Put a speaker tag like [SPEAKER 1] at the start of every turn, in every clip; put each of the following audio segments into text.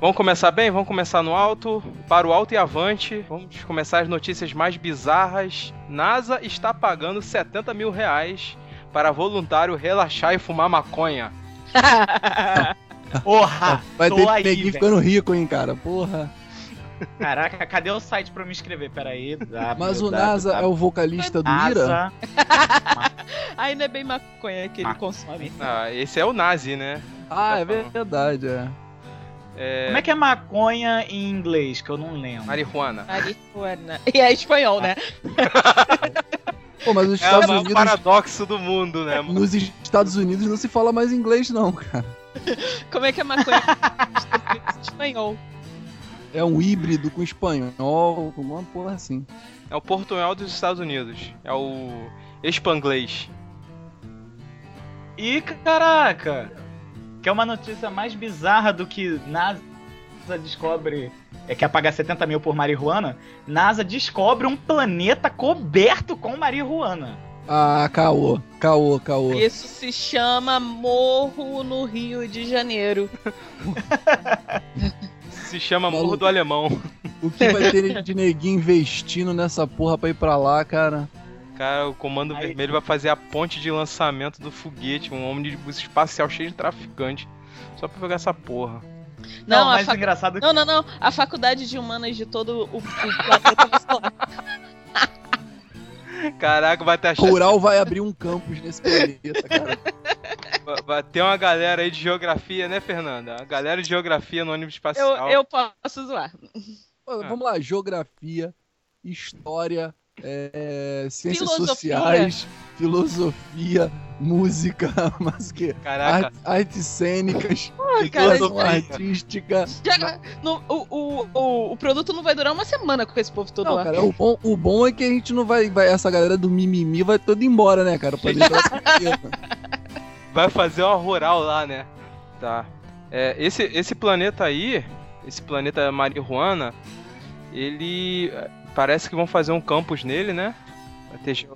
[SPEAKER 1] Vamos começar bem? Vamos começar no alto, para o alto e avante. Vamos começar as notícias mais bizarras. NASA está pagando 70 mil reais para voluntário relaxar e fumar maconha.
[SPEAKER 2] Porra!
[SPEAKER 3] Vai
[SPEAKER 2] tô
[SPEAKER 3] ter
[SPEAKER 2] aí,
[SPEAKER 3] peguinho
[SPEAKER 2] velho.
[SPEAKER 3] ficando rico, hein, cara. Porra.
[SPEAKER 2] Caraca, cadê o site pra eu me inscrever? Pera aí. W,
[SPEAKER 3] Mas
[SPEAKER 2] W,
[SPEAKER 3] o NASA é
[SPEAKER 2] W,
[SPEAKER 3] o vocalista do Ira?
[SPEAKER 2] NASA.
[SPEAKER 4] Aí não é bem maconha que ele
[SPEAKER 2] Maconha.
[SPEAKER 4] consome.
[SPEAKER 1] Ah, esse é o Nazi, né?
[SPEAKER 3] Ah, é verdade, é.
[SPEAKER 2] Como é que é maconha em inglês? Que eu não lembro.
[SPEAKER 1] Marihuana.
[SPEAKER 4] Marihuana. E é espanhol, né?
[SPEAKER 3] Pô, mas nos
[SPEAKER 1] É o
[SPEAKER 3] Estados
[SPEAKER 1] maior
[SPEAKER 3] Unidos.
[SPEAKER 1] paradoxo do mundo, né? mano?
[SPEAKER 3] Nos Estados Unidos não se fala mais inglês, não, cara.
[SPEAKER 4] Como é que é maconha? espanhol.
[SPEAKER 3] É um híbrido com espanhol, com uma porra assim.
[SPEAKER 1] É o portunhol dos Estados Unidos. É o espanglês.
[SPEAKER 2] E caraca! Que é uma notícia mais bizarra do que NASA descobre. É que apagar 70 mil por marihuana. NASA descobre um planeta coberto com marihuana.
[SPEAKER 3] Ah, caô, caô, caô.
[SPEAKER 4] Isso se chama Morro no Rio de Janeiro.
[SPEAKER 1] Se chama
[SPEAKER 3] Maluco.
[SPEAKER 1] Morro do Alemão.
[SPEAKER 3] O que vai ter de neguinho investindo nessa porra pra ir pra lá, cara?
[SPEAKER 1] Cara, o Comando
[SPEAKER 2] Aí-
[SPEAKER 1] Vermelho vai fazer a ponte de lançamento do foguete, um ônibus espacial cheio de traficante. Só pra pegar essa porra.
[SPEAKER 2] Não,
[SPEAKER 4] Não, a
[SPEAKER 2] mas é
[SPEAKER 4] fa-
[SPEAKER 2] engraçado
[SPEAKER 4] não, não, não. A faculdade de humanas de todo o, o planeta tá vai falar.
[SPEAKER 1] Caraca, vai ter a chance-
[SPEAKER 3] Rural vai abrir um campus nesse planeta, cara.
[SPEAKER 1] vai- Vai ter uma galera aí de geografia, né, Fernanda? A galera de geografia no ônibus espacial.
[SPEAKER 4] Eu, eu posso zoar.
[SPEAKER 3] Pô, Vamos lá, geografia, história, é, ciências
[SPEAKER 4] Filosofia.
[SPEAKER 3] sociais, filosofia, música, mas o que?
[SPEAKER 1] Caraca, é
[SPEAKER 3] Arte, artes cênicas,
[SPEAKER 4] cara,
[SPEAKER 3] educação artística.
[SPEAKER 4] Já- no- o, o, o, o produto não vai durar uma semana com esse povo todo
[SPEAKER 3] Não,
[SPEAKER 4] lá.
[SPEAKER 3] cara, o bom, o bom é que a gente não vai, vai- Essa galera do mimimi vai toda embora, né, cara? Pra deixar essa merda.
[SPEAKER 1] vai fazer uma rural lá, né? Tá. É, esse, esse planeta aí, esse planeta marihuana, ele. eh, Parece que vão fazer um campus nele, né? Vai ter ge-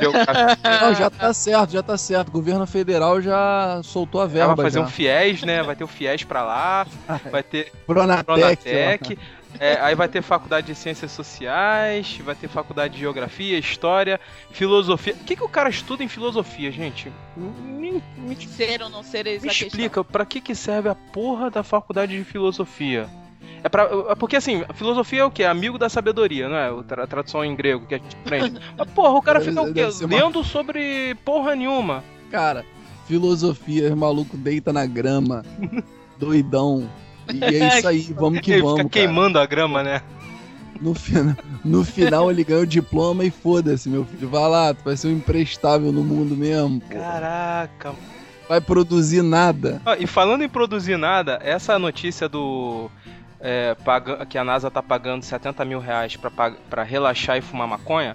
[SPEAKER 1] geografia.
[SPEAKER 3] Não, já tá certo, já tá certo. O governo federal já soltou a
[SPEAKER 1] Ela
[SPEAKER 3] verba.
[SPEAKER 1] vai fazer
[SPEAKER 3] já.
[SPEAKER 1] um fiéis, né? Vai ter o fiéis pra lá, vai ter
[SPEAKER 3] Pronatec. sei
[SPEAKER 1] um Pronatec,
[SPEAKER 3] lá.
[SPEAKER 1] é, aí vai ter faculdade de ciências sociais, vai ter faculdade de geografia, história, filosofia. O que, que o cara estuda em filosofia, gente? Me, me-
[SPEAKER 4] Ser ou não ser eles
[SPEAKER 1] me
[SPEAKER 4] a questão.
[SPEAKER 1] explica, pra que que serve a porra da faculdade de filosofia? É pra, é porque assim, a filosofia é o quê? Amigo da sabedoria, não é? O tra- A tradução em grego que a gente aprende. Mas porra, o cara fica o quê?
[SPEAKER 3] Deve ser uma-
[SPEAKER 1] Lendo sobre porra nenhuma.
[SPEAKER 3] Cara, filosofia, o maluco deita na grama, doidão. E é isso aí, vamos que
[SPEAKER 1] ele
[SPEAKER 3] vamos.
[SPEAKER 1] fica
[SPEAKER 3] cara.
[SPEAKER 1] queimando a grama, né?
[SPEAKER 3] No, fina- no final ele ganha o diploma e foda-se, meu filho. Vai lá, tu vai ser um imprestável no mundo mesmo. pô.
[SPEAKER 1] Caraca,
[SPEAKER 3] Vai produzir nada.
[SPEAKER 1] Ah, e falando em produzir nada, essa notícia do. é, paga- que a NASA tá pagando 70 mil reais pra, pag- pra relaxar e fumar maconha.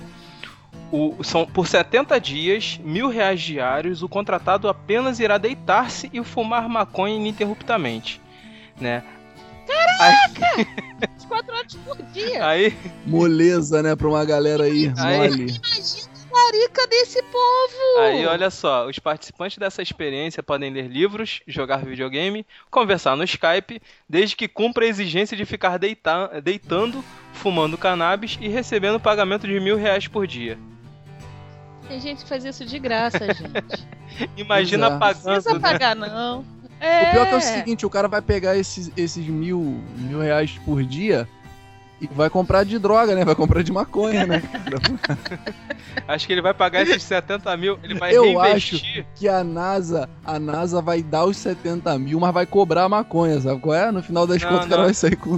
[SPEAKER 1] o- são por 70 dias, mil reais diários, o contratado apenas irá deitar-se e fumar maconha ininterruptamente. Né?
[SPEAKER 4] Quatro horas por dia.
[SPEAKER 1] Aí,
[SPEAKER 3] Moleza, né, pra uma galera aí,
[SPEAKER 1] Aí.
[SPEAKER 3] mole.
[SPEAKER 4] Imagina a larica desse povo.
[SPEAKER 1] aí, olha só, os participantes dessa experiência podem ler livros, jogar videogame, conversar no Skype, desde que cumpra a exigência de ficar deita- deitando, fumando cannabis e recebendo pagamento de mil reais por dia.
[SPEAKER 4] Tem gente que faz isso de graça, gente.
[SPEAKER 1] Imagina
[SPEAKER 3] Exato.
[SPEAKER 4] Não
[SPEAKER 1] pagando.
[SPEAKER 4] precisa
[SPEAKER 1] né?
[SPEAKER 4] pagar, não.
[SPEAKER 3] O pior que é o seguinte, o cara vai pegar esses, esses mil, mil reais por dia e vai comprar de droga, né? Vai comprar de maconha, né?
[SPEAKER 1] Acho que ele vai pagar esses 70 mil, ele vai
[SPEAKER 3] Eu
[SPEAKER 1] reinvestir.
[SPEAKER 3] que a NASA, a NASA vai dar os 70 mil, mas vai cobrar a maconha, sabe qual é? No final das
[SPEAKER 1] Não,
[SPEAKER 3] contas o cara
[SPEAKER 1] não.
[SPEAKER 3] vai sair com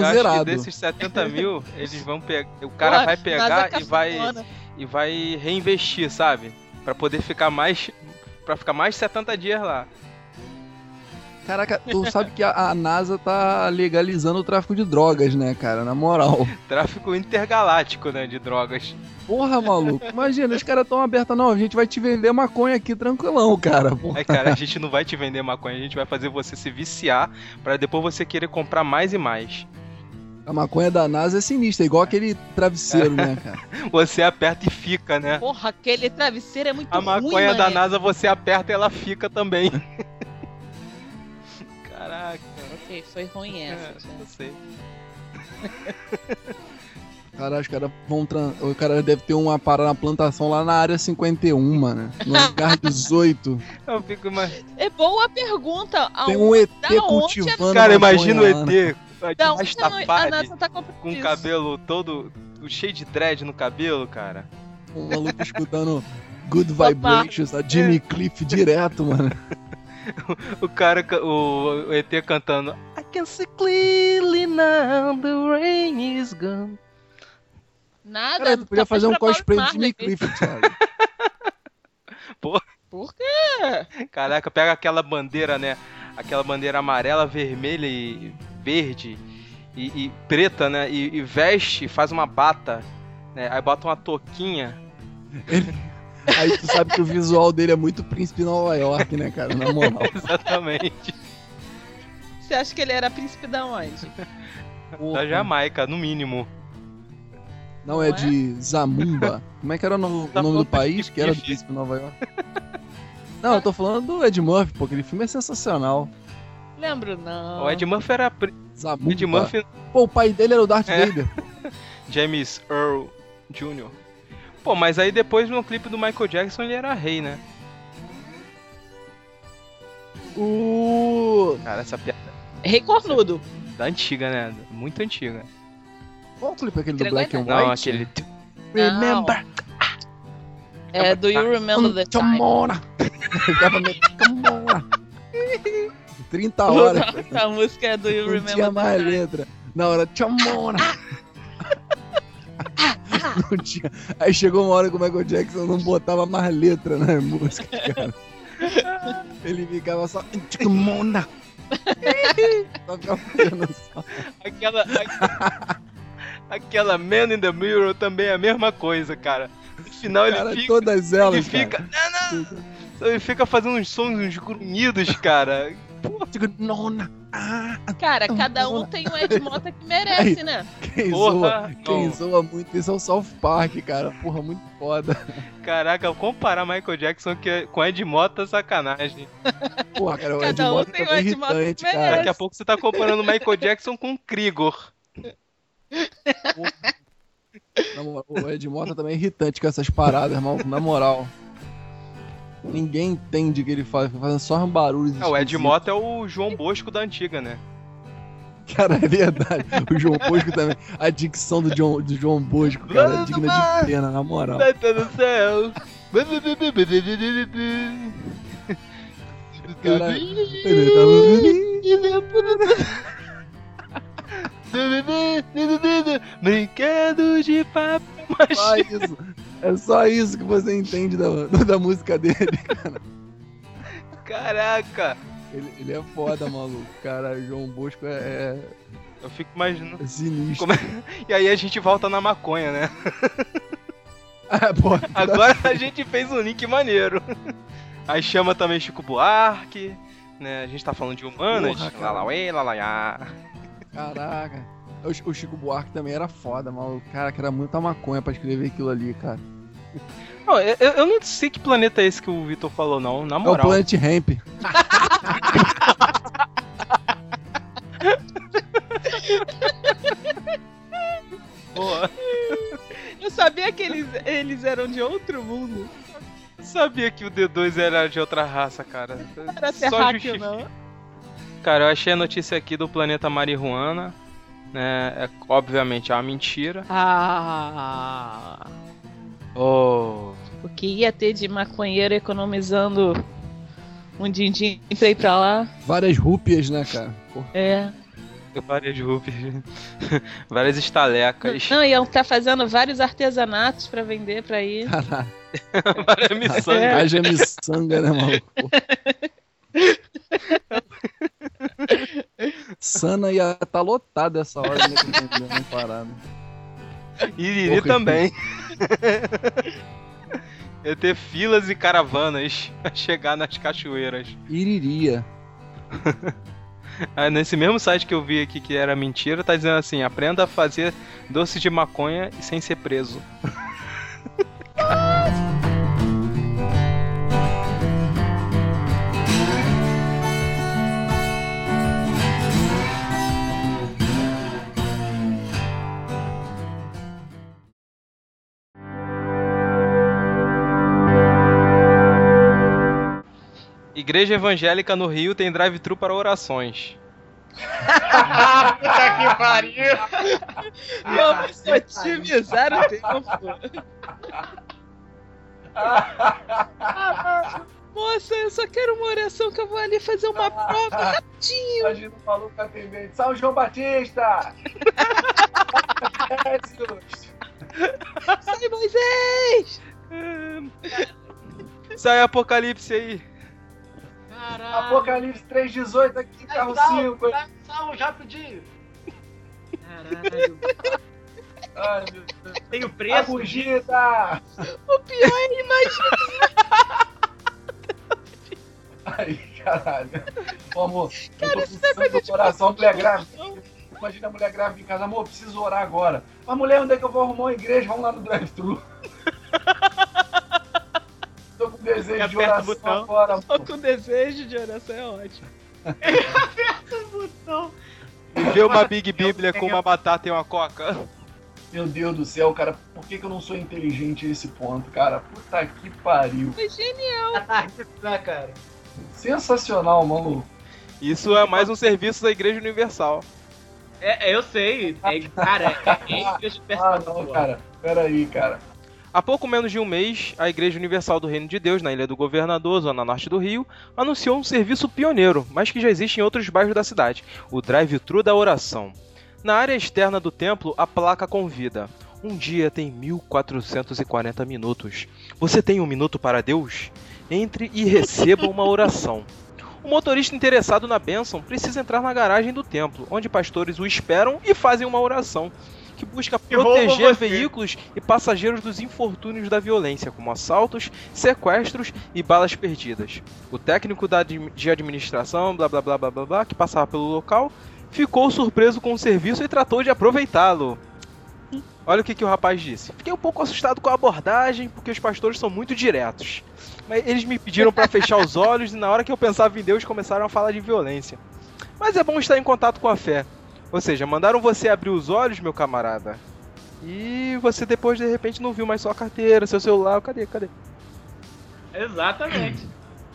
[SPEAKER 1] Eu acho que
[SPEAKER 3] um zerado.
[SPEAKER 1] desses 70 mil, eles vão pegar. O cara vai
[SPEAKER 4] Mas a
[SPEAKER 1] pegar e vai,
[SPEAKER 4] cafetona.
[SPEAKER 1] e vai reinvestir, sabe? Pra poder ficar mais. Pra ficar mais 70 dias lá.
[SPEAKER 3] Caraca, tu sabe que a, a NASA tá legalizando o tráfico de drogas, né, cara? Na moral.
[SPEAKER 1] Tráfico intergaláctico, né? De drogas.
[SPEAKER 3] Porra, maluco. Imagina, os caras tão abertos, não. A gente vai te vender maconha aqui tranquilão, cara. Porra.
[SPEAKER 1] É, cara, a gente não vai te vender maconha, a gente vai fazer você se viciar pra depois você querer comprar mais e mais.
[SPEAKER 3] A maconha da NASA é sinistra, igual aquele travesseiro, né, cara?
[SPEAKER 1] Você aperta e fica, né?
[SPEAKER 4] Porra, aquele travesseiro é muito
[SPEAKER 1] A maconha
[SPEAKER 4] ruim,
[SPEAKER 1] da
[SPEAKER 4] mané.
[SPEAKER 1] NASA você aperta e ela fica também. Caraca,
[SPEAKER 4] Ok, foi ruim essa. É, gente.
[SPEAKER 1] É, não sei.
[SPEAKER 3] Caralho, os caras vão. Tran... O cara deve ter uma parada na plantação lá na área 51, mano. No hangar 18.
[SPEAKER 1] Eu fico imaginando.
[SPEAKER 4] É boa a pergunta. A
[SPEAKER 3] Tem um ET
[SPEAKER 4] da onde a-
[SPEAKER 3] cultivando.
[SPEAKER 1] Cara,
[SPEAKER 3] maconha
[SPEAKER 1] imagina o
[SPEAKER 3] lá, né?
[SPEAKER 1] ET
[SPEAKER 4] um Da
[SPEAKER 1] mais
[SPEAKER 4] onde a
[SPEAKER 1] tapado,
[SPEAKER 4] NASA tá comprando
[SPEAKER 1] com o
[SPEAKER 4] isso?
[SPEAKER 1] cabelo todo cheio de dread no cabelo, cara.
[SPEAKER 3] Um maluco escutando Good Vibrations, a
[SPEAKER 4] É.
[SPEAKER 3] Jimmy Cliff direto, mano.
[SPEAKER 1] O cara, ca- o, o ET cantando I can see clearly now the rain is gone.
[SPEAKER 4] Nada.
[SPEAKER 3] Cara, tu podia
[SPEAKER 4] tá
[SPEAKER 3] fazer um
[SPEAKER 4] pra Bob
[SPEAKER 3] cosplay de
[SPEAKER 4] Marley.
[SPEAKER 3] Jimmy Cliff, Thiago.
[SPEAKER 4] Por quê?
[SPEAKER 1] Caraca, pega aquela bandeira, né? Aquela bandeira amarela, vermelha e verde e, e preta, né? E, e veste, faz uma bata, né? Aí bota uma touquinha.
[SPEAKER 3] Aí tu sabe que o visual dele é muito príncipe Nova York, né, cara? Na moral.
[SPEAKER 1] Exatamente.
[SPEAKER 4] Você acha que ele era príncipe da onde?
[SPEAKER 1] da Jamaica, no mínimo.
[SPEAKER 3] Não, é de Zamunda. Como é que era o no- o
[SPEAKER 1] Tá
[SPEAKER 3] nome do
[SPEAKER 1] falando
[SPEAKER 3] país que era do
[SPEAKER 1] de-
[SPEAKER 3] príncipe Nova York? Não, eu tô falando do Ed Murphy, pô. Aquele filme é sensacional.
[SPEAKER 4] Lembro, não.
[SPEAKER 1] O Ed Murphy era. pri-
[SPEAKER 3] Zamunda.
[SPEAKER 1] Ed Murphy
[SPEAKER 3] Pô, o pai dele era o Darth
[SPEAKER 1] É.
[SPEAKER 3] Vader.
[SPEAKER 1] James Earl Jr. Pô, mas aí depois no clipe do Michael Jackson ele era rei, né?
[SPEAKER 3] O...
[SPEAKER 1] Cara, essa piada
[SPEAKER 4] Rei Cornudo.
[SPEAKER 1] é antiga, né? Muito antiga.
[SPEAKER 3] Qual clipe é aquele do
[SPEAKER 4] Entregou
[SPEAKER 3] Black and White?
[SPEAKER 1] Não, aquele.
[SPEAKER 3] Remember
[SPEAKER 4] É, do
[SPEAKER 1] tá.
[SPEAKER 4] You Remember the Time.
[SPEAKER 3] Tomora. Government Tomora. 30 horas.
[SPEAKER 4] Essa música é do You
[SPEAKER 3] Não
[SPEAKER 4] Remember
[SPEAKER 3] tinha
[SPEAKER 4] the
[SPEAKER 3] mais
[SPEAKER 4] Time.
[SPEAKER 3] letra. Na hora, Chamona! não tinha. Aí chegou uma hora que o Michael Jackson não botava mais letra na música, cara. Ele ficava só. Chamona! só ficava fazendo só.
[SPEAKER 1] Aquela. aquela Man in the Mirror também é a mesma coisa, cara. No final ele
[SPEAKER 3] Cara, é
[SPEAKER 1] fica.
[SPEAKER 3] todas elas.
[SPEAKER 1] Ele fica. Não, não. Ele fica fazendo uns sons, uns grunhidos, cara.
[SPEAKER 3] Fica... Nona! Ah,
[SPEAKER 4] Cara, cada um tem um Ed Mota que merece, né?
[SPEAKER 3] quem zoa?
[SPEAKER 1] Porra,
[SPEAKER 3] Quem
[SPEAKER 1] não.
[SPEAKER 3] zoa muito isso é o South Park, cara. Porra, muito foda.
[SPEAKER 1] Caraca, comparar Michael Jackson que- com Ed Mota é sacanagem.
[SPEAKER 3] Porra, cara, o
[SPEAKER 4] Cada
[SPEAKER 3] Ed
[SPEAKER 4] um
[SPEAKER 3] Mota
[SPEAKER 4] tem um
[SPEAKER 3] é bem
[SPEAKER 4] Ed Mota
[SPEAKER 3] irritante,
[SPEAKER 4] que
[SPEAKER 3] cara.
[SPEAKER 1] Daqui a pouco você tá comparando Michael Jackson com Krigor.
[SPEAKER 3] Na moral, o Ed Mota também é irritante com essas paradas, irmão. Na moral. Ninguém entende o que ele faz, fica fazendo só uns barulhos.
[SPEAKER 1] É, o Ed
[SPEAKER 3] esquisitos.
[SPEAKER 1] Mota é o João Bosco da antiga, né?
[SPEAKER 3] Cara, é verdade. O João Bosco também. A dicção do João, do João Bosco, cara, é digna de pena, na moral.
[SPEAKER 1] no céu.
[SPEAKER 3] Cara, ele tava-
[SPEAKER 1] Brinquedo de papo.
[SPEAKER 3] tá só isso. É só isso que você entende da, da música dele.
[SPEAKER 1] Caraca.
[SPEAKER 3] Ele, ele é foda, maluco. Cara, o João Bosco é,
[SPEAKER 1] Eu fico imaginando.
[SPEAKER 3] é sinistro.
[SPEAKER 1] Como E aí a gente volta na maconha, né?
[SPEAKER 3] Ah, pô,
[SPEAKER 1] Agora a gente fez um link maneiro. Aí chama também Chico Buarque, né? A gente tá falando de humanas.
[SPEAKER 3] Porra, cara.
[SPEAKER 1] Lalauê, lalaiá.
[SPEAKER 3] Caraca. O Chi- O Chico Buarque também era foda, maluco. Cara, que era muita maconha pra escrever aquilo ali, cara.
[SPEAKER 1] Não, eu, eu- eu não sei que planeta é esse que o Vitor falou, não. Na
[SPEAKER 3] É o
[SPEAKER 1] moral.
[SPEAKER 3] Planet Ramp.
[SPEAKER 1] Porra,
[SPEAKER 4] Eu sabia que eles, eles eram de outro mundo.
[SPEAKER 1] eu sabia que o D2 era de outra raça, cara.
[SPEAKER 4] Não era
[SPEAKER 1] Só
[SPEAKER 4] terráqueo,
[SPEAKER 1] justifica.
[SPEAKER 4] não.
[SPEAKER 1] Cara, eu achei a notícia aqui do planeta Marihuana. Né? É, obviamente é uma mentira.
[SPEAKER 4] Ah,
[SPEAKER 1] Oh.
[SPEAKER 4] o que ia ter de maconheiro economizando um din-din pra ir pra lá?
[SPEAKER 3] Várias rúpias, né, cara? Pô,
[SPEAKER 4] É.
[SPEAKER 1] Várias rupias. Várias estalecas.
[SPEAKER 4] Não, iam ficar fazendo vários artesanatos pra vender pra ir.
[SPEAKER 5] Caralho.
[SPEAKER 1] Várias miçangas.
[SPEAKER 5] Haja miçanga, né, maluco? Sana ia estar tá lotada essa hora, né? Que não podia nem parar, né?
[SPEAKER 1] E Iriri
[SPEAKER 5] Porra,
[SPEAKER 1] também.
[SPEAKER 3] então,
[SPEAKER 1] Ia ter filas e caravanas pra chegar nas cachoeiras.
[SPEAKER 5] Iriria.
[SPEAKER 1] Ah, nesse mesmo site que eu vi aqui que era mentira, tá dizendo assim: aprenda a fazer doce de maconha e sem ser preso. Igreja evangélica no Rio tem drive-thru para orações.
[SPEAKER 2] Puta que pariu!
[SPEAKER 4] Vamos otimizar o tempo. Ah, Moça, eu só quero uma oração que eu vou ali fazer uma prova rapidinho.
[SPEAKER 3] Imagina o maluco atendente. Salve João Batista! Jesus!
[SPEAKER 4] Sai, Moisés!
[SPEAKER 1] Sai apocalipse aí!
[SPEAKER 6] Caralho.
[SPEAKER 3] Apocalipse 318 aqui, carro
[SPEAKER 2] tá.
[SPEAKER 6] Dá um-
[SPEAKER 3] 5.
[SPEAKER 6] dá um salve rapidinho.
[SPEAKER 7] Caralho.
[SPEAKER 3] Ai, meu Deus.
[SPEAKER 2] Tem o
[SPEAKER 3] A
[SPEAKER 2] preço.
[SPEAKER 3] fugida!
[SPEAKER 4] O pior é imaginar.
[SPEAKER 3] Ai, caralho. Ô, amor, eu tô
[SPEAKER 4] isso não é
[SPEAKER 3] precisando do coração, mulher grávida. Imagina a mulher grávida em casa. Amor, preciso orar agora. Mas, mulher, onde é que eu vou arrumar uma igreja? Vamos lá no drive-thru. tô com desejo
[SPEAKER 2] Aperta
[SPEAKER 3] de
[SPEAKER 2] o
[SPEAKER 3] oração
[SPEAKER 2] botão.
[SPEAKER 3] agora,
[SPEAKER 4] Só
[SPEAKER 3] amor.
[SPEAKER 4] com desejo de oração é ótimo.
[SPEAKER 1] Vê uma Big Bíblia com uma batata e uma coca.
[SPEAKER 3] Meu Deus do céu, cara. Por que, que eu não sou inteligente a esse ponto, cara? Puta que pariu.
[SPEAKER 4] Foi genial.
[SPEAKER 6] Né, cara?
[SPEAKER 3] Sensacional, maluco.
[SPEAKER 1] Isso é mais um serviço da Igreja Universal.
[SPEAKER 2] É, é, eu sei. É, cara, é, é igreja
[SPEAKER 3] Ah,
[SPEAKER 2] universal.
[SPEAKER 3] não, cara. Peraí, cara.
[SPEAKER 1] Há pouco menos de um mês, a Igreja Universal do Reino de Deus, na Ilha do Governador, zona norte do Rio, anunciou um serviço pioneiro, mas que já existe em outros bairros da cidade, o drive-thru da oração. Na área externa do templo, a placa convida. Um dia tem 1440 minutos. Você tem um minuto para Deus? Entre e receba uma oração. O motorista interessado na bênção precisa entrar na garagem do templo, onde pastores o esperam e fazem uma oração, que busca
[SPEAKER 2] E roubam
[SPEAKER 1] proteger
[SPEAKER 2] você.
[SPEAKER 1] veículos e passageiros dos infortúnios da violência, como assaltos, sequestros e balas perdidas. O técnico da admi- de administração, blá blá blá blá blá, blá que passava pelo local, ficou surpreso com o serviço e tratou de aproveitá-lo. Olha o que, que o rapaz disse. Fiquei um pouco assustado com a abordagem, porque os pastores são muito diretos. Mas eles me pediram para fechar os olhos e na hora que eu pensava em Deus começaram a falar de violência. Mas é bom estar em contato com a fé. Ou seja, mandaram você abrir os olhos, meu camarada. E você depois de repente não viu mais sua carteira, seu celular, cadê, cadê?
[SPEAKER 2] Exatamente.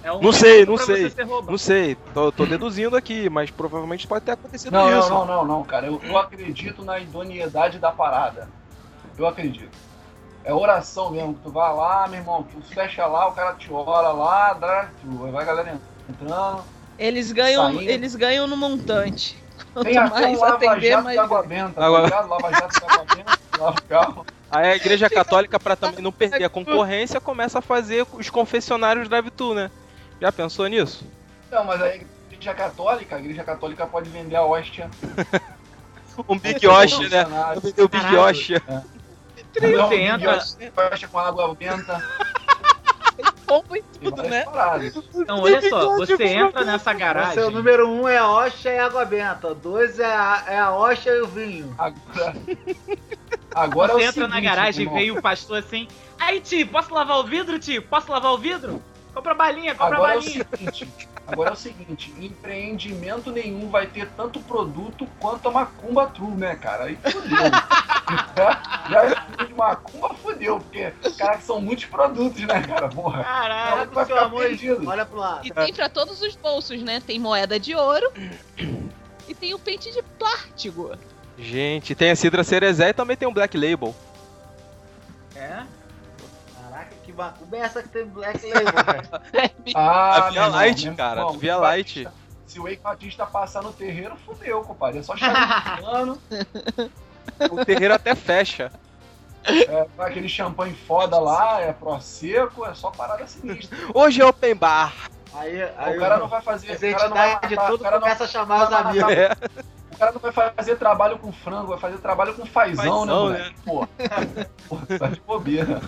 [SPEAKER 2] É um
[SPEAKER 1] Não sei,
[SPEAKER 2] motivo
[SPEAKER 1] não
[SPEAKER 2] pra
[SPEAKER 1] sei.
[SPEAKER 2] Você ser roubado.
[SPEAKER 1] Não sei, tô, tô deduzindo aqui, mas provavelmente pode ter acontecido
[SPEAKER 3] Não,
[SPEAKER 1] isso.
[SPEAKER 3] não, não, não, não, cara. Eu, eu acredito na idoneidade da parada. Eu acredito. É oração mesmo. Tu vai lá, meu irmão, tu fecha lá, o cara te ora lá, dá, tu, aí vai a galera entrando.
[SPEAKER 4] Eles ganham,
[SPEAKER 3] Saindo.
[SPEAKER 4] eles ganham no montante. Quanto
[SPEAKER 3] Tem até
[SPEAKER 4] mais
[SPEAKER 3] um lava-jato
[SPEAKER 4] atender,
[SPEAKER 3] de
[SPEAKER 4] mais.
[SPEAKER 3] água benta, tá
[SPEAKER 1] Água-
[SPEAKER 3] ligado? Lava-jato de água benta, lava o carro.
[SPEAKER 1] Aí a igreja católica, pra também não perder a concorrência, começa a fazer os confessionários drive-thru, né? Já pensou nisso?
[SPEAKER 3] Não, mas aí a igreja católica, a igreja católica pode vender a hóstia.
[SPEAKER 1] Um Big
[SPEAKER 3] é
[SPEAKER 1] Yoshi, né? O Big
[SPEAKER 2] Caralho.
[SPEAKER 1] Yoshi.
[SPEAKER 3] Não, um
[SPEAKER 2] Você
[SPEAKER 3] Big
[SPEAKER 2] entra-
[SPEAKER 3] Yoshi, hóstia com água benta.
[SPEAKER 4] Pompa em
[SPEAKER 3] Tem
[SPEAKER 4] tudo,
[SPEAKER 3] várias
[SPEAKER 4] né?
[SPEAKER 3] paradas.
[SPEAKER 2] Não, olha só. Você entra nessa
[SPEAKER 6] Vai ser o
[SPEAKER 2] garagem.
[SPEAKER 6] número um é a Oxa e a Água Benta. Dois é a, é a Oxa e o vinho.
[SPEAKER 3] Agora, agora
[SPEAKER 2] Você
[SPEAKER 3] é o
[SPEAKER 2] entra na
[SPEAKER 3] seguinte,
[SPEAKER 2] garagem e
[SPEAKER 3] irmão.
[SPEAKER 2] veio o pastor assim. Aí, tio, posso lavar o vidro, tio? Posso lavar o vidro? Compra balinha, compra
[SPEAKER 3] Agora é, o
[SPEAKER 2] balinha.
[SPEAKER 3] seguinte, agora é o seguinte, empreendimento nenhum vai ter tanto produto quanto a Macumba True, né, cara? Aí fodeu. Já é tudo de Macumba, fodeu, porque, cara, são muitos produtos, né, cara? Porra. Então
[SPEAKER 6] Caraca,
[SPEAKER 3] Vai
[SPEAKER 6] seu
[SPEAKER 3] ficar
[SPEAKER 6] amor.
[SPEAKER 3] perdido.
[SPEAKER 6] Olha pro lado.
[SPEAKER 4] E tem pra todos os bolsos, né? Tem moeda de ouro e tem o pente de plástico.
[SPEAKER 1] Gente, tem a Cidra Cerezé e também tem um Black Label.
[SPEAKER 2] É?
[SPEAKER 6] Caraca, que macumba é essa que tem Black Label, cara?
[SPEAKER 3] Ah,
[SPEAKER 1] a Via
[SPEAKER 3] meu irmão,
[SPEAKER 1] Light,
[SPEAKER 3] meu
[SPEAKER 1] cara.
[SPEAKER 3] irmão,
[SPEAKER 1] Via Light.
[SPEAKER 3] Se o Eike Batista passar no terreiro, fudeu, compadre. É só chave de pano,
[SPEAKER 1] O terreiro até fecha.
[SPEAKER 3] é, com aquele champanhe foda lá, é pró seco, é só parada sinistra.
[SPEAKER 1] Hoje é open bar.
[SPEAKER 6] Aí, aí
[SPEAKER 3] O cara não vai fazer.
[SPEAKER 6] as
[SPEAKER 3] O cara não vai
[SPEAKER 6] entidades de
[SPEAKER 3] matar,
[SPEAKER 6] tudo
[SPEAKER 3] o cara não-
[SPEAKER 6] começa a chamar os amigos.
[SPEAKER 1] É.
[SPEAKER 3] O cara não vai fazer trabalho com frango, vai fazer trabalho com faizão, né,
[SPEAKER 1] Fazão,
[SPEAKER 3] moleque? Pô, Pô, tá de bobeira.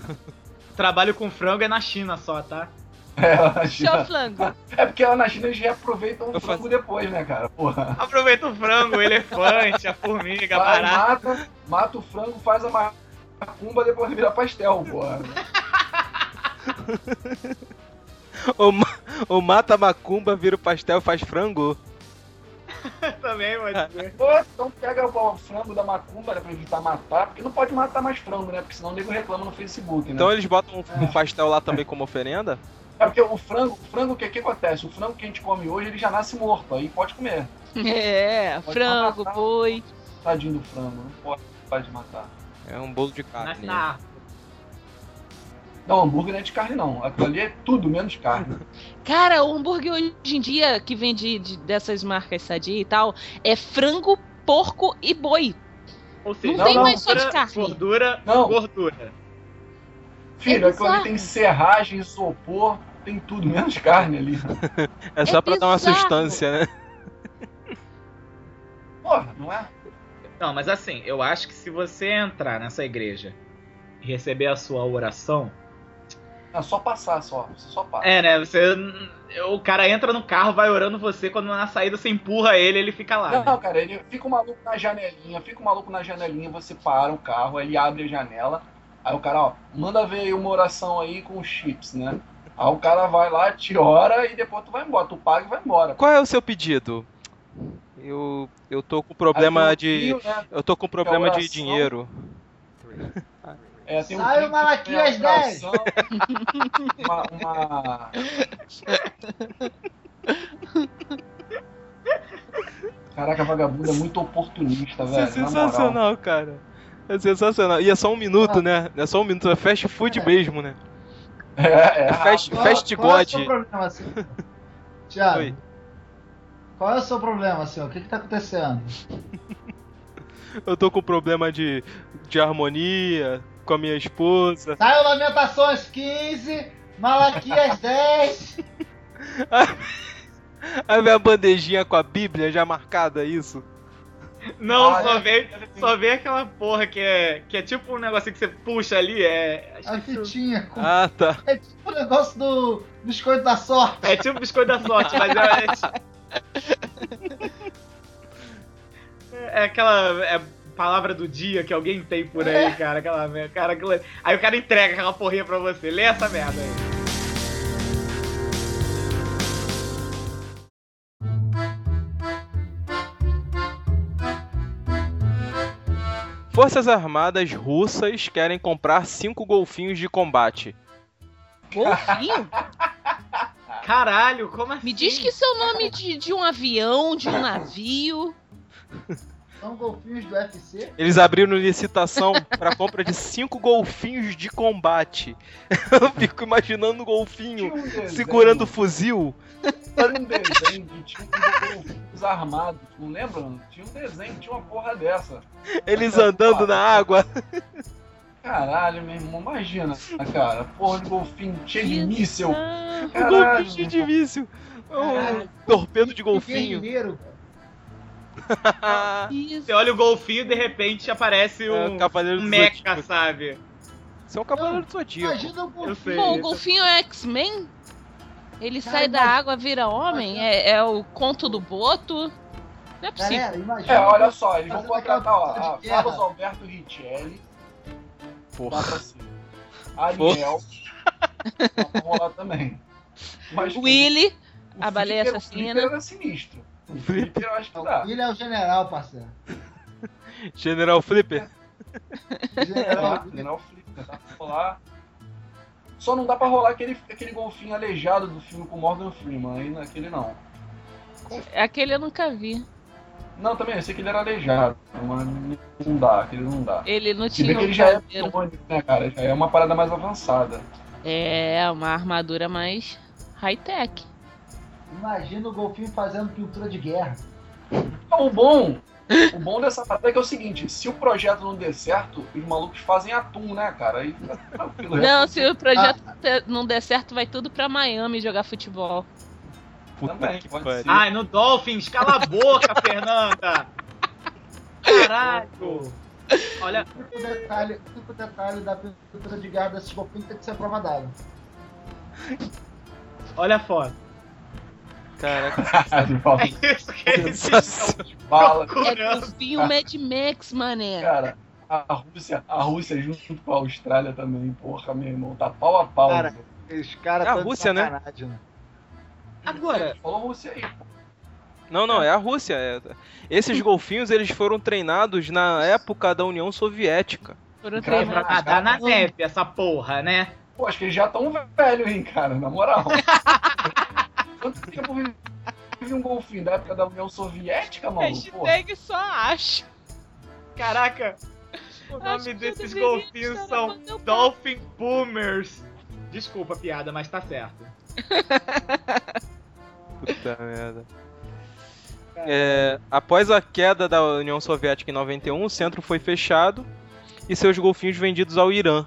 [SPEAKER 2] Trabalho com frango é na China só, tá?
[SPEAKER 3] É, na
[SPEAKER 4] Seu
[SPEAKER 3] China-
[SPEAKER 4] flango.
[SPEAKER 3] é porque lá na China eles reaproveitam o
[SPEAKER 1] Eu
[SPEAKER 3] frango depois, né, cara? Porra.
[SPEAKER 2] Aproveita o frango, o elefante, a formiga, a
[SPEAKER 3] Vai,
[SPEAKER 2] barata.
[SPEAKER 3] mata, mata o frango, faz a macumba, depois vira pastel, porra.
[SPEAKER 1] Ou, ma- ou mata a macumba, vira o pastel, faz frango.
[SPEAKER 2] Também, pode ser.
[SPEAKER 3] Ou então pega o frango da macumba, né, pra evitar matar, porque não pode matar mais frango, né? Porque senão o nego reclama no Facebook, né?
[SPEAKER 1] Então eles botam um, um pastel lá também como oferenda?
[SPEAKER 3] É porque o frango, o frango, o que, que acontece? O frango que a gente come hoje, ele já nasce morto, aí pode comer.
[SPEAKER 4] É,
[SPEAKER 3] Pode
[SPEAKER 4] frango,
[SPEAKER 3] matar.
[SPEAKER 4] boi.
[SPEAKER 3] Tadinho do frango, não pode, pode matar.
[SPEAKER 1] É um bolo de
[SPEAKER 2] Nasce
[SPEAKER 1] carne.
[SPEAKER 6] tá.
[SPEAKER 2] na árvore.
[SPEAKER 3] Não, hambúrguer não é de carne, não. Aquilo ali é tudo menos carne.
[SPEAKER 4] Cara, o hambúrguer hoje em dia que vem de, de- dessas marcas sadia e tal é frango, porco e boi.
[SPEAKER 2] Ou seja,
[SPEAKER 3] Não tem mais
[SPEAKER 4] só de
[SPEAKER 2] gordura,
[SPEAKER 4] carne.
[SPEAKER 2] Gordura,
[SPEAKER 3] Não.
[SPEAKER 2] gordura.
[SPEAKER 3] Filho,
[SPEAKER 4] É
[SPEAKER 3] aquilo ali
[SPEAKER 4] bizarro.
[SPEAKER 3] tem serragem, isopor, tem tudo menos carne ali.
[SPEAKER 1] É só
[SPEAKER 4] É
[SPEAKER 1] pra dar uma
[SPEAKER 4] bizarro.
[SPEAKER 1] sustância, né?
[SPEAKER 3] Porra, não é?
[SPEAKER 2] Não, mas assim, eu acho que se você entrar nessa igreja e receber a sua oração.
[SPEAKER 3] É só passar, só. Você só passa.
[SPEAKER 2] É, né? Você. O cara entra no carro, vai orando você, quando na saída você empurra ele, ele fica lá.
[SPEAKER 3] Não,
[SPEAKER 2] né?
[SPEAKER 3] não, cara, ele fica o maluco na janelinha, fica o maluco na janelinha, você para o carro, ele abre a janela, aí o cara, ó, manda ver aí uma oração aí com chips, né? Aí o cara vai lá, te ora e depois tu vai embora, tu paga e vai embora.
[SPEAKER 1] Qual é o seu pedido? Eu, eu tô com problema
[SPEAKER 3] Aí tem um
[SPEAKER 1] de.
[SPEAKER 3] trio, né?
[SPEAKER 1] Eu tô com problema de
[SPEAKER 3] oração.
[SPEAKER 1] dinheiro.
[SPEAKER 3] É, tem um
[SPEAKER 6] Sai
[SPEAKER 3] trio que
[SPEAKER 6] o
[SPEAKER 3] tem
[SPEAKER 6] Malaquias
[SPEAKER 3] uma oração, Uma, uma... Caraca, vagabundo é muito oportunista,
[SPEAKER 1] Isso é
[SPEAKER 3] velho. na moral.
[SPEAKER 1] sensacional, cara. É sensacional. E é só um minuto, né? É só um minuto. É fast food mesmo, né?
[SPEAKER 3] É, é.
[SPEAKER 1] É fast,
[SPEAKER 6] Qual-
[SPEAKER 1] fast
[SPEAKER 6] qual é o
[SPEAKER 1] god.
[SPEAKER 6] seu problema, senhor? Tiago,
[SPEAKER 1] Oi.
[SPEAKER 6] qual é o seu problema, senhor? O que que tá acontecendo?
[SPEAKER 1] Eu tô com problema de, de harmonia com a minha esposa.
[SPEAKER 6] Saiu Lamentações 15, Malaquias 10.
[SPEAKER 1] A minha bandejinha com a Bíblia já marcada, isso.
[SPEAKER 2] Não,
[SPEAKER 3] Ah,
[SPEAKER 2] só
[SPEAKER 3] é.
[SPEAKER 2] vem. Só vem aquela porra que é. Que é tipo um negocinho que você puxa ali, é. acho
[SPEAKER 6] A
[SPEAKER 2] que isso-
[SPEAKER 6] fitinha com
[SPEAKER 1] Ah, tá.
[SPEAKER 6] é tipo o negócio do biscoito da sorte.
[SPEAKER 2] É tipo biscoito da sorte, mas é. tipo É, é aquela é, palavra do dia que alguém tem por
[SPEAKER 3] É.
[SPEAKER 2] aí, cara. Aquela merda. Cara, aquilo- aí o cara entrega aquela porrinha pra você. Lê essa merda aí.
[SPEAKER 1] Forças Armadas russas querem comprar cinco golfinhos de combate.
[SPEAKER 4] Golfinho?
[SPEAKER 2] Caralho, como assim?
[SPEAKER 4] Me diz que isso é o nome de, de um avião, de um navio.
[SPEAKER 6] São golfinhos do UFC.
[SPEAKER 1] Eles abriram licitação pra compra de cinco golfinhos de combate. Eu fico imaginando o golfinho
[SPEAKER 3] Tinha um desenho,
[SPEAKER 1] segurando o fuzil.
[SPEAKER 3] Era um desenho que tinha um golfinhos armados, não lembram? Tinha um desenho, tinha uma porra dessa.
[SPEAKER 1] Eles andando na água.
[SPEAKER 3] Caralho, meu irmão, imagina, cara. Porra de golfinho cheio de míssel.
[SPEAKER 4] Ah,
[SPEAKER 3] Caralho.
[SPEAKER 1] Um Golfinho de míssil. Um
[SPEAKER 6] Caralho.
[SPEAKER 1] torpedo de
[SPEAKER 6] Que
[SPEAKER 1] golfinho.
[SPEAKER 6] guerrilheiro, cara.
[SPEAKER 4] isso.
[SPEAKER 2] Você olha o golfinho e de repente aparece
[SPEAKER 1] É, um
[SPEAKER 2] um,
[SPEAKER 1] cavaleiro
[SPEAKER 2] um
[SPEAKER 1] do
[SPEAKER 2] meca,
[SPEAKER 1] Zodíaco.
[SPEAKER 2] sabe?
[SPEAKER 1] Isso é um cavaleiro do Zodíaco.
[SPEAKER 6] Imagina o
[SPEAKER 2] Eu
[SPEAKER 6] golfinho.
[SPEAKER 2] sei.
[SPEAKER 4] Bom, o golfinho é X-Men? Ele
[SPEAKER 6] Cara,
[SPEAKER 4] sai da
[SPEAKER 6] imagina-
[SPEAKER 4] água, vira homem? É, é o conto do Boto? Não é possível.
[SPEAKER 6] Galera, imagina.
[SPEAKER 3] É, olha só, eles vão
[SPEAKER 6] Fazendo aquela
[SPEAKER 3] contratar, ó,
[SPEAKER 6] porra
[SPEAKER 3] a
[SPEAKER 6] de guerra.
[SPEAKER 3] Carlos Alberto Richelli,
[SPEAKER 1] Porra.
[SPEAKER 3] bota assim. Ariel, vamos rolar também. Mas, pô,
[SPEAKER 4] Willy,
[SPEAKER 3] o
[SPEAKER 4] a baleia
[SPEAKER 3] Flipper-
[SPEAKER 4] assassina.
[SPEAKER 3] O Flipper era sinistro. O Flipper eu acho que dá.
[SPEAKER 6] Ele é o general, parceiro.
[SPEAKER 1] General Flipper.
[SPEAKER 6] General.
[SPEAKER 3] General Flipper, é dá pra rolar. Só não dá pra rolar aquele, aquele golfinho aleijado do filme com Morgan Freeman, aí naquele não.
[SPEAKER 4] aquele eu nunca vi.
[SPEAKER 3] Não, também, eu sei que ele era aleijado, mas não dá, aquele não dá.
[SPEAKER 4] Ele não
[SPEAKER 3] Se bem
[SPEAKER 4] tinha
[SPEAKER 3] que ele
[SPEAKER 4] um
[SPEAKER 3] já é
[SPEAKER 4] caveiro.
[SPEAKER 3] biônico, né, cara? Já é uma parada mais avançada.
[SPEAKER 4] É, uma armadura mais high-tech.
[SPEAKER 6] Imagina o golfinho fazendo pintura de guerra.
[SPEAKER 3] O bom, o bom dessa matéria é que é o seguinte, se o projeto não der certo, os malucos fazem atum, né, cara? Aí tá tranquilo. né?
[SPEAKER 4] Não, se o projeto te- não der certo, vai tudo pra Miami jogar futebol.
[SPEAKER 1] Puta
[SPEAKER 3] Também,
[SPEAKER 1] que
[SPEAKER 3] pode
[SPEAKER 1] pariu.
[SPEAKER 3] ser.
[SPEAKER 2] Ai, no Dolphins, cala a boca, Fernanda! Caralho! Olha,
[SPEAKER 6] O único detalhe, o único detalhe da pintura de guerra desses golfinhos tem que ser prova d'água.
[SPEAKER 2] olha a foto.
[SPEAKER 1] Caraca,
[SPEAKER 3] Caralho, falta
[SPEAKER 2] É isso que eles
[SPEAKER 1] sensação.
[SPEAKER 2] estão
[SPEAKER 3] de Ah. bala.
[SPEAKER 4] É
[SPEAKER 2] procurando.
[SPEAKER 4] golfinho Mad Max, mané.
[SPEAKER 3] Cara, a Rússia, a Rússia junto com a Austrália também, porra, meu irmão, tá pau a pau.
[SPEAKER 6] Cara,
[SPEAKER 3] velho.
[SPEAKER 6] Os caras
[SPEAKER 1] É a
[SPEAKER 6] tão de
[SPEAKER 1] Rússia, né?
[SPEAKER 6] sacanagem, né?
[SPEAKER 2] Agora,
[SPEAKER 3] Falou a Rússia aí, pô.
[SPEAKER 1] Não, não, é a Rússia. é- Esses golfinhos eles foram treinados na época da União Soviética.
[SPEAKER 4] Foram
[SPEAKER 3] Cara,
[SPEAKER 2] é
[SPEAKER 4] treinados.
[SPEAKER 2] pra nadar na neve essa porra, né?
[SPEAKER 3] Pô, acho que eles já tão velho, hein, cara, na moral. Quanto tempo vive- vive um golfinho da época da União Soviética, maluco? Porra.
[SPEAKER 4] Hashtag só acho.
[SPEAKER 2] Caraca, o
[SPEAKER 4] Acho que
[SPEAKER 2] nome
[SPEAKER 4] eu
[SPEAKER 2] desses
[SPEAKER 4] deveria
[SPEAKER 2] golfinhos
[SPEAKER 4] estar
[SPEAKER 2] são
[SPEAKER 4] levando meu pé.
[SPEAKER 2] Dolphin Boomers. Desculpa a piada, mas tá certo.
[SPEAKER 1] Puta merda. É, após a queda da União Soviética em 91, o centro foi fechado e seus golfinhos vendidos ao Irã.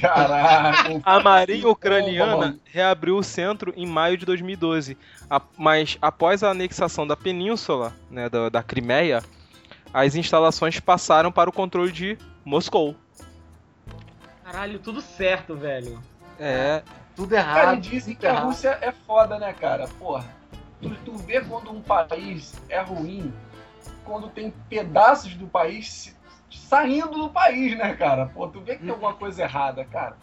[SPEAKER 3] Caraca,
[SPEAKER 1] A marinha ucraniana
[SPEAKER 3] Mano.
[SPEAKER 1] reabriu o centro em maio de 2012, A- mas após a anexação da península, né, da, da Crimeia, as instalações passaram para o controle de Moscou.
[SPEAKER 2] Caralho, tudo certo, velho.
[SPEAKER 1] É,
[SPEAKER 6] Tudo
[SPEAKER 3] Cara, e
[SPEAKER 6] errado.
[SPEAKER 3] dizem
[SPEAKER 6] tudo
[SPEAKER 3] que a
[SPEAKER 6] errado.
[SPEAKER 3] Rússia é foda, né, cara? Porra. Tu, tu vê quando um país é ruim, quando tem pedaços do país se- saindo do país, né, cara? Pô, tu vê que tem alguma coisa errada, cara.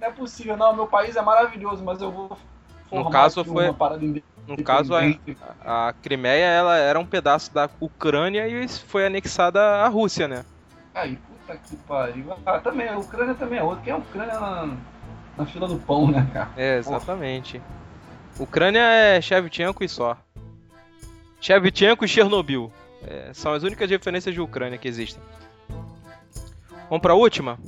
[SPEAKER 3] Não é possível, não. Meu país é maravilhoso, mas eu vou formar
[SPEAKER 1] caso,
[SPEAKER 3] aqui
[SPEAKER 1] foi-
[SPEAKER 3] uma parada
[SPEAKER 1] no caso, a,
[SPEAKER 3] independente.
[SPEAKER 1] a Crimeia ela era um pedaço da Ucrânia e foi anexada à Rússia, né?
[SPEAKER 3] Aí, puta que pariu. Ah, também, a Ucrânia também é outra. Quem é a Ucrânia na, na fila do pão, né, cara?
[SPEAKER 1] É, exatamente. Ucrânia é Shevchenko e só. Shevchenko e Chernobyl. É, são as únicas referências de Ucrânia que existem. Vamos pra última?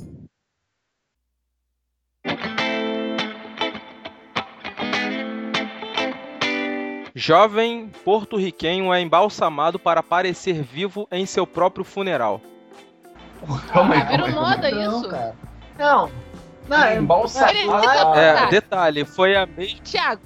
[SPEAKER 1] Jovem porto-riquenho é embalsamado para parecer vivo em seu próprio funeral.
[SPEAKER 3] Calma aí,
[SPEAKER 4] Ah, virou
[SPEAKER 3] calma aí.
[SPEAKER 4] moda
[SPEAKER 6] Não,
[SPEAKER 4] isso.
[SPEAKER 6] cara. Não. Não, é
[SPEAKER 3] Embalsamado.
[SPEAKER 4] Ele- ele tá-
[SPEAKER 3] Ah,
[SPEAKER 1] É,
[SPEAKER 4] Tá.
[SPEAKER 1] detalhe, foi a mesma.
[SPEAKER 4] Tiago,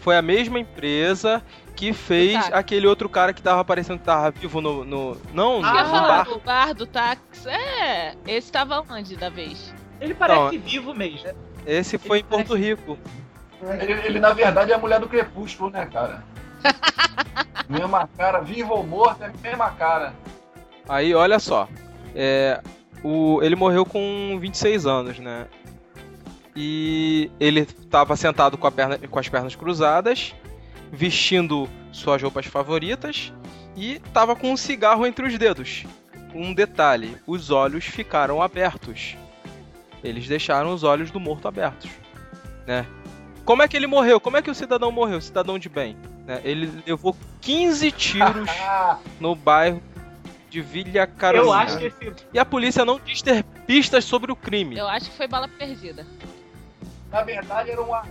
[SPEAKER 1] foi a mesma empresa que fez
[SPEAKER 4] Tá.
[SPEAKER 1] aquele outro cara que tava parecendo que tava vivo no. no não,
[SPEAKER 4] tu
[SPEAKER 1] no
[SPEAKER 2] Ah.
[SPEAKER 4] ia falar
[SPEAKER 1] bar.
[SPEAKER 4] do bar do táxi? É, esse tava onde da vez?
[SPEAKER 2] Ele parece vivo mesmo.
[SPEAKER 1] Esse foi em Porto Rico.
[SPEAKER 3] Ele, ele, na verdade, é a mulher do crepúsculo, né, cara? mesma cara, viva ou morta, é a mesma cara.
[SPEAKER 1] Aí, olha só. É, o, ele morreu com 26 anos, né? E ele tava sentado com, a perna- com as pernas cruzadas, vestindo suas roupas favoritas e tava com um cigarro entre os dedos. Um detalhe: os olhos ficaram abertos. Eles deixaram os olhos do morto abertos, né? Como é que ele morreu? Como é que o cidadão morreu? Cidadão de bem. né? Ele levou 15 tiros
[SPEAKER 3] Ah,
[SPEAKER 1] no bairro de Villa Carolina.
[SPEAKER 2] Eu acho que esse.
[SPEAKER 1] E a polícia não quis ter pistas sobre o crime.
[SPEAKER 4] Eu acho que foi bala perdida.
[SPEAKER 3] na verdade, era, uma,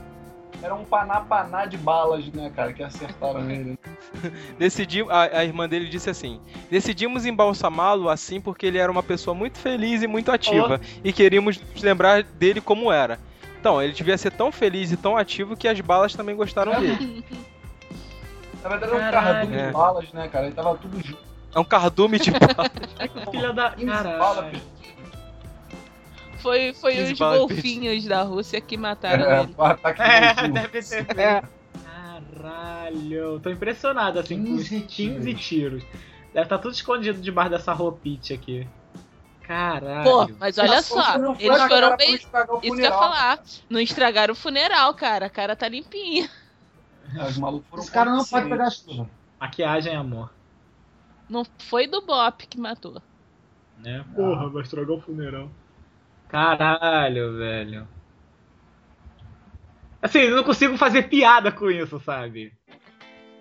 [SPEAKER 3] era um panapaná de balas, né, cara, que acertaram nele.
[SPEAKER 1] Decidi, a, a irmã dele disse assim: Decidimos embalsamá-lo assim porque ele era uma pessoa muito feliz e muito ativa. E queríamos nos lembrar dele como era. Então, ele devia ser tão feliz e tão ativo que as balas também gostaram dele.
[SPEAKER 3] Na verdade, era um
[SPEAKER 2] Caralho.
[SPEAKER 3] cardume
[SPEAKER 1] É.
[SPEAKER 3] de balas, né, cara? Ele tava tudo junto.
[SPEAKER 1] É um cardume de bala.
[SPEAKER 2] Filha da.
[SPEAKER 3] 15 balas,
[SPEAKER 2] Caralho.
[SPEAKER 3] filho.
[SPEAKER 4] Foi, foi
[SPEAKER 1] Quinze
[SPEAKER 4] os
[SPEAKER 1] bala
[SPEAKER 4] golfinhos da Rússia que
[SPEAKER 3] É,
[SPEAKER 4] mataram ele.
[SPEAKER 3] o ataque
[SPEAKER 2] É,
[SPEAKER 3] do-
[SPEAKER 2] deve ter
[SPEAKER 6] É.
[SPEAKER 2] feito. Caralho, tô impressionado assim com os
[SPEAKER 6] 15
[SPEAKER 2] 15 tiros. Deve estar tudo escondido debaixo dessa roupite aqui.
[SPEAKER 4] Pô,
[SPEAKER 2] Caralho.
[SPEAKER 4] mas olha
[SPEAKER 3] Nossa,
[SPEAKER 4] só,
[SPEAKER 3] não foi
[SPEAKER 4] eles
[SPEAKER 3] na
[SPEAKER 4] foram
[SPEAKER 3] cara pra
[SPEAKER 4] bem.
[SPEAKER 3] estragar o
[SPEAKER 4] Isso que eu ia
[SPEAKER 3] funeral.
[SPEAKER 4] falar. Não estragaram o funeral, cara. A cara tá limpinha.
[SPEAKER 3] Ah, Os malucos foram
[SPEAKER 6] Esse cara não pode
[SPEAKER 3] conscientes.
[SPEAKER 6] pegar chuva.
[SPEAKER 2] Maquiagem, é amor.
[SPEAKER 4] Não foi do Bop que matou.
[SPEAKER 2] Né? Porra, vai estragar o funeral. Caralho, velho. Assim, eu não consigo fazer piada com isso, sabe?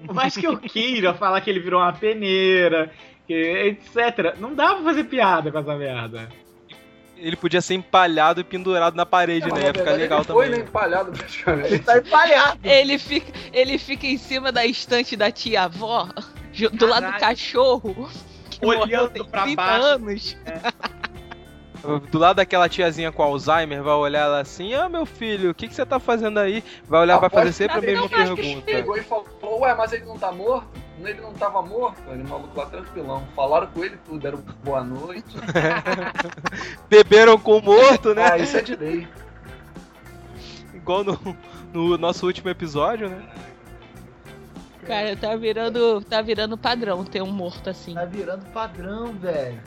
[SPEAKER 2] Por mais que eu queira falar que ele virou uma peneira, que- etc. Não dá pra fazer piada com essa merda.
[SPEAKER 1] Ele podia ser empalhado e pendurado na parede, né? Ia ficar legal
[SPEAKER 3] é ele foi
[SPEAKER 1] também.
[SPEAKER 3] nem empalhado praticamente.
[SPEAKER 6] Tá empalhado.
[SPEAKER 4] Ele fica, ele fica em cima da estante da tia avó, ju- do lado do
[SPEAKER 2] Caralho.
[SPEAKER 4] cachorro. Que
[SPEAKER 2] Olhando
[SPEAKER 4] morreu tem
[SPEAKER 2] pra
[SPEAKER 4] 30
[SPEAKER 2] baixo.
[SPEAKER 4] anos.
[SPEAKER 1] Do lado daquela tiazinha com Alzheimer, vai olhar ela assim, ah, meu filho, o que, que você tá fazendo aí? Vai olhar, vai fazer sempre a mesma pergunta.
[SPEAKER 3] Chegou e falou, ué, mas ele não tá morto? Ele não tava morto? Ele é um maluco lá tranquilão. Falaram com ele tudo, deram boa noite.
[SPEAKER 1] Beberam com o morto, né?
[SPEAKER 3] Ah, isso é de lei.
[SPEAKER 1] Igual no, no nosso último episódio, né?
[SPEAKER 4] Cara, tá virando, tá virando padrão ter um morto assim.
[SPEAKER 6] Tá virando padrão, velho.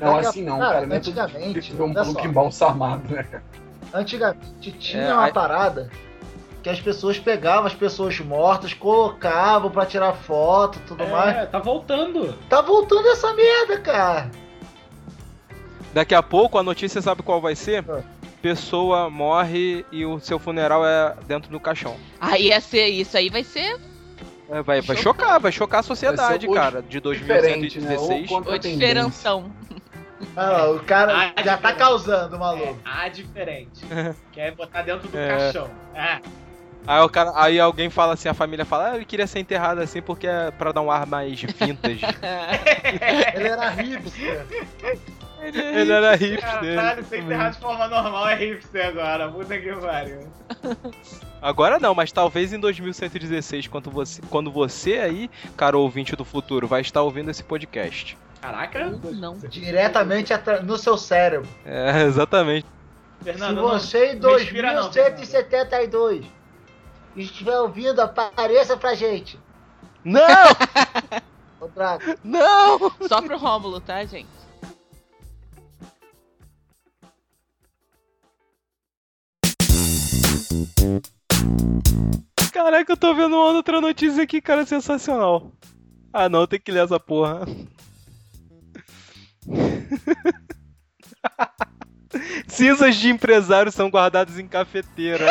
[SPEAKER 3] Não,
[SPEAKER 6] Daqui a-
[SPEAKER 3] assim não, cara. Não é tudo
[SPEAKER 6] Antigamente,
[SPEAKER 3] difícil ver um
[SPEAKER 6] olha só,
[SPEAKER 3] maluco embalsamado, né?
[SPEAKER 6] antigamente tinha
[SPEAKER 1] É,
[SPEAKER 6] uma
[SPEAKER 1] aí-
[SPEAKER 6] parada que as pessoas pegavam as pessoas mortas, colocavam pra tirar foto e tudo mais.
[SPEAKER 8] É, tá voltando.
[SPEAKER 6] Tá voltando essa merda, cara.
[SPEAKER 1] Daqui a pouco a notícia sabe qual vai ser?
[SPEAKER 6] Ah.
[SPEAKER 1] Pessoa morre e o seu funeral é dentro do caixão.
[SPEAKER 4] Aí ia ser isso aí, vai ser
[SPEAKER 1] É, vai, vai chocar, vai chocar a sociedade,
[SPEAKER 3] Vai ser o
[SPEAKER 1] cara, de
[SPEAKER 3] Diferente, né? Ou
[SPEAKER 1] 2116.
[SPEAKER 3] contra
[SPEAKER 4] o
[SPEAKER 3] a tendência.
[SPEAKER 4] diferentão.
[SPEAKER 6] Ah, lá, o cara
[SPEAKER 8] Ah,
[SPEAKER 6] já tá
[SPEAKER 8] diferente.
[SPEAKER 6] causando,
[SPEAKER 8] É,
[SPEAKER 6] maluco.
[SPEAKER 8] a diferente. Quer botar dentro do
[SPEAKER 1] É.
[SPEAKER 8] caixão. É.
[SPEAKER 1] Aí, o cara, aí alguém fala assim, a família fala, ah, ele queria ser enterrado assim porque é pra dar um ar mais vintage.
[SPEAKER 6] Ele era hipster.
[SPEAKER 1] ele era hipster.
[SPEAKER 8] Caralho, sem enterrar de forma normal é hipster agora. Puta que pariu.
[SPEAKER 1] Agora não, mas talvez em 2116, quando você, quando você aí, cara ouvinte do futuro, vai estar ouvindo esse podcast.
[SPEAKER 8] Caraca.
[SPEAKER 4] Não.
[SPEAKER 6] Diretamente atra- no seu cérebro.
[SPEAKER 1] É, exatamente.
[SPEAKER 8] Fernando,
[SPEAKER 6] Se
[SPEAKER 8] não-
[SPEAKER 6] você em
[SPEAKER 8] me inspira não,
[SPEAKER 6] 2172 estiver ouvindo, apareça pra gente.
[SPEAKER 1] Não!
[SPEAKER 6] Ô, Draco,
[SPEAKER 1] Não!
[SPEAKER 4] Só pro Rômulo, tá, gente?
[SPEAKER 1] Caraca, eu tô vendo uma outra notícia aqui, cara, sensacional. Ah não, tem que ler essa porra. Cinzas de empresários são guardadas em cafeteira.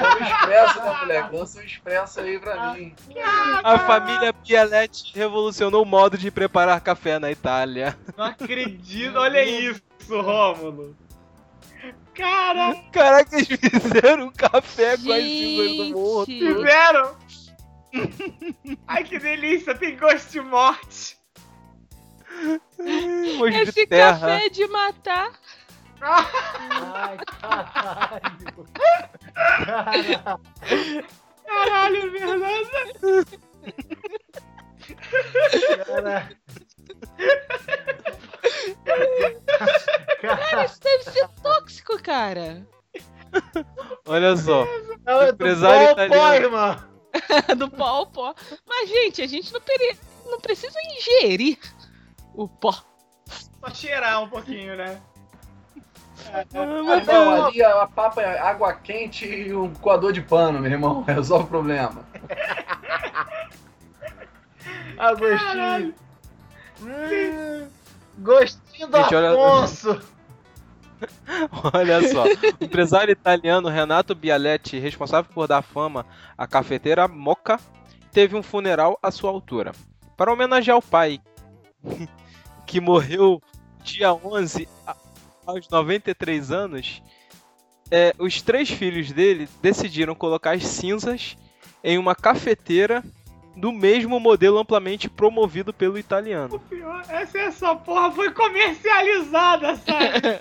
[SPEAKER 3] Lança um expresso, né, moleque? Lança um expresso aí pra mim.
[SPEAKER 1] A família Bialetti revolucionou o modo de preparar café na Itália.
[SPEAKER 8] não acredito. Olha isso, Rômulo. Caraca,
[SPEAKER 1] Caraca, eles fizeram um café com as cinzas do morro.
[SPEAKER 8] Uhum.
[SPEAKER 4] Gente,
[SPEAKER 8] fizeram. Ai, que delícia. Tem gosto de morte.
[SPEAKER 1] Hoje um de
[SPEAKER 4] Esse
[SPEAKER 1] terra.
[SPEAKER 4] café é de matar.
[SPEAKER 6] Ai, caralho.
[SPEAKER 8] Caralho, é Fernando.
[SPEAKER 6] Cara,
[SPEAKER 4] Cara, isso deve ser tóxico, cara.
[SPEAKER 1] Olha só.
[SPEAKER 6] não, é do
[SPEAKER 1] Empresário tá né?
[SPEAKER 6] bom,
[SPEAKER 1] italiano.
[SPEAKER 6] pó, irmão.
[SPEAKER 4] Do pó ao pó. Mas, gente, a gente não, peri- não precisa ingerir o pó.
[SPEAKER 8] Só cheirar um pouquinho, né?
[SPEAKER 3] Ah, não, ali a a papa é água quente e um coador de pano, meu irmão. Resolve o problema.
[SPEAKER 6] Ah, gostinho. Hum, Gostinho do
[SPEAKER 1] Gente, olha-
[SPEAKER 6] Afonso.
[SPEAKER 1] Olha só, o empresário italiano Renato Bialetti, responsável por dar fama à cafeteira Moca, teve um funeral à sua altura. Para homenagear o pai, que morreu dia 11 a- aos 93 anos, é, os três filhos dele decidiram colocar as cinzas em uma cafeteira do mesmo modelo amplamente promovido pelo italiano.
[SPEAKER 8] Essa, essa porra foi comercializada, sabe?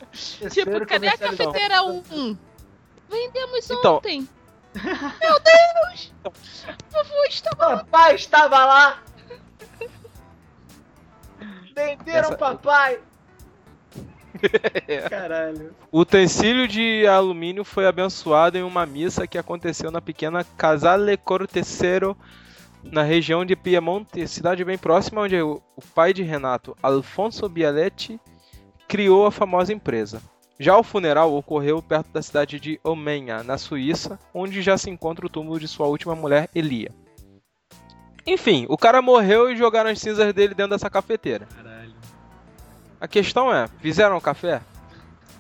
[SPEAKER 4] Tipo, cadê a cafeteira 1? Vendemos
[SPEAKER 1] Então-
[SPEAKER 4] ontem. Meu Deus! Vovô está
[SPEAKER 6] Papai estava lá. Venderam
[SPEAKER 1] Essa-
[SPEAKER 6] papai.
[SPEAKER 8] Caralho.
[SPEAKER 1] O utensílio de alumínio foi abençoado em uma missa que aconteceu na pequena Casale Cortesero, na região de Piemonte, cidade bem próxima onde o o pai de Renato, Alfonso Bialetti, criou a famosa empresa. Já o funeral ocorreu perto da cidade de Omenha, na Suíça, onde já se encontra o túmulo de sua última mulher, Elia. Enfim, o cara morreu e jogaram as cinzas dele dentro dessa cafeteira.
[SPEAKER 8] Caralho.
[SPEAKER 1] A questão é, fizeram café?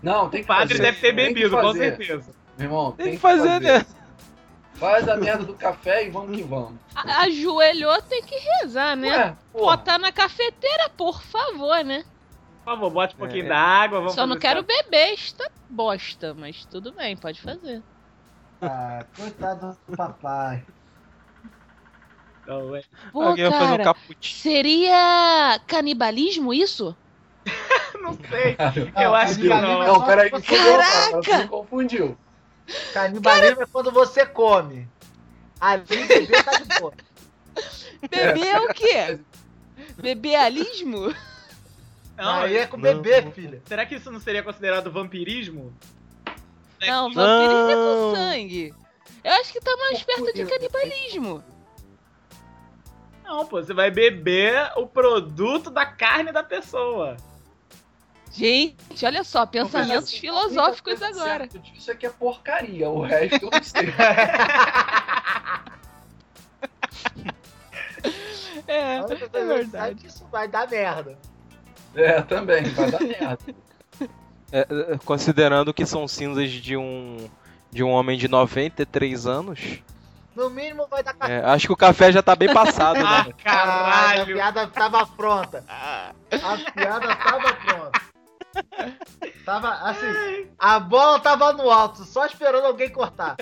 [SPEAKER 3] Não, tem
[SPEAKER 8] O
[SPEAKER 3] que
[SPEAKER 8] padre
[SPEAKER 3] fazer.
[SPEAKER 8] deve ter
[SPEAKER 3] Tem que
[SPEAKER 8] bebido, com
[SPEAKER 3] fazer.
[SPEAKER 8] certeza.
[SPEAKER 3] Meu irmão,
[SPEAKER 1] Tem que fazer, né?
[SPEAKER 3] Faz a merda do café e vamos que vamos.
[SPEAKER 4] A- Ajoelhou, tem que rezar, né?
[SPEAKER 3] Ué, porra.
[SPEAKER 4] Botar na cafeteira, por favor, né?
[SPEAKER 8] Por favor, bote um pouquinho
[SPEAKER 1] É.
[SPEAKER 8] d'água. Vamos
[SPEAKER 4] Só não
[SPEAKER 8] fazer
[SPEAKER 4] quero
[SPEAKER 8] essa-
[SPEAKER 4] beber esta bosta, mas tudo bem, pode fazer.
[SPEAKER 6] Ah, coitado do papai.
[SPEAKER 8] Então, é.
[SPEAKER 4] Pô,
[SPEAKER 1] Alguém vai fazer um
[SPEAKER 4] cara,
[SPEAKER 1] cappuccino.
[SPEAKER 4] seria canibalismo isso?
[SPEAKER 8] Não sei.
[SPEAKER 3] Ah,
[SPEAKER 8] Eu acho que
[SPEAKER 3] fudeu.
[SPEAKER 8] não.
[SPEAKER 3] Não, peraí, me fudeu,
[SPEAKER 4] Caraca!
[SPEAKER 3] cara, me confundiu.
[SPEAKER 6] Canibalismo é quando você come. Ali bebê tá de boa.
[SPEAKER 4] Beber é o quê? Bebealismo?
[SPEAKER 8] Não,
[SPEAKER 6] Aí é com bebê, filha.
[SPEAKER 8] Será que isso não seria considerado vampirismo?
[SPEAKER 4] Não, vampirismo é
[SPEAKER 1] Não.
[SPEAKER 4] com sangue. Eu acho que tá mais perto de canibalismo.
[SPEAKER 8] Não, pô, você vai beber o produto da carne da pessoa.
[SPEAKER 4] Gente, olha só,
[SPEAKER 3] é
[SPEAKER 4] pensamentos filosóficos
[SPEAKER 3] 30%
[SPEAKER 4] agora.
[SPEAKER 3] Disso aqui é porcaria, o resto eu não sei.
[SPEAKER 4] É,
[SPEAKER 6] Olha,
[SPEAKER 4] é verdade.
[SPEAKER 6] Isso vai dar merda.
[SPEAKER 3] É, também, vai dar merda.
[SPEAKER 1] É, é, considerando que são cinzas de um de um homem de 93 anos,
[SPEAKER 6] No mínimo vai dar
[SPEAKER 1] é, acho que o café já tá bem passado,
[SPEAKER 8] Ah,
[SPEAKER 1] né?
[SPEAKER 6] Caralho, a
[SPEAKER 8] caralho!
[SPEAKER 6] piada tava pronta. A piada tava pronta. Tava assim, a bola tava no alto, só esperando alguém cortar.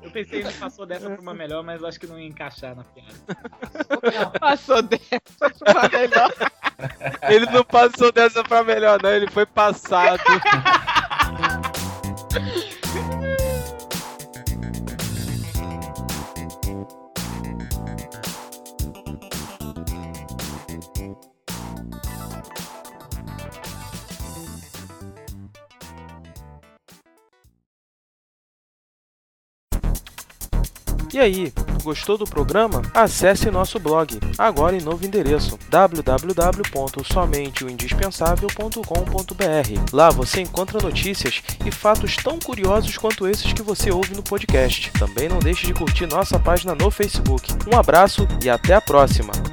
[SPEAKER 8] Eu pensei que passou dessa pra uma melhor, mas acho que não ia encaixar na piada.
[SPEAKER 4] Passou dessa pra melhor.
[SPEAKER 1] Ele não passou dessa pra melhor, não. Ele foi passado. E aí, gostou do programa? Acesse nosso blog, agora em novo endereço www.somenteoindispensável.com.br. Lá você encontra notícias e fatos tão curiosos quanto esses que você ouve no podcast. Também não deixe de curtir nossa página no Facebook. Um abraço e até a próxima!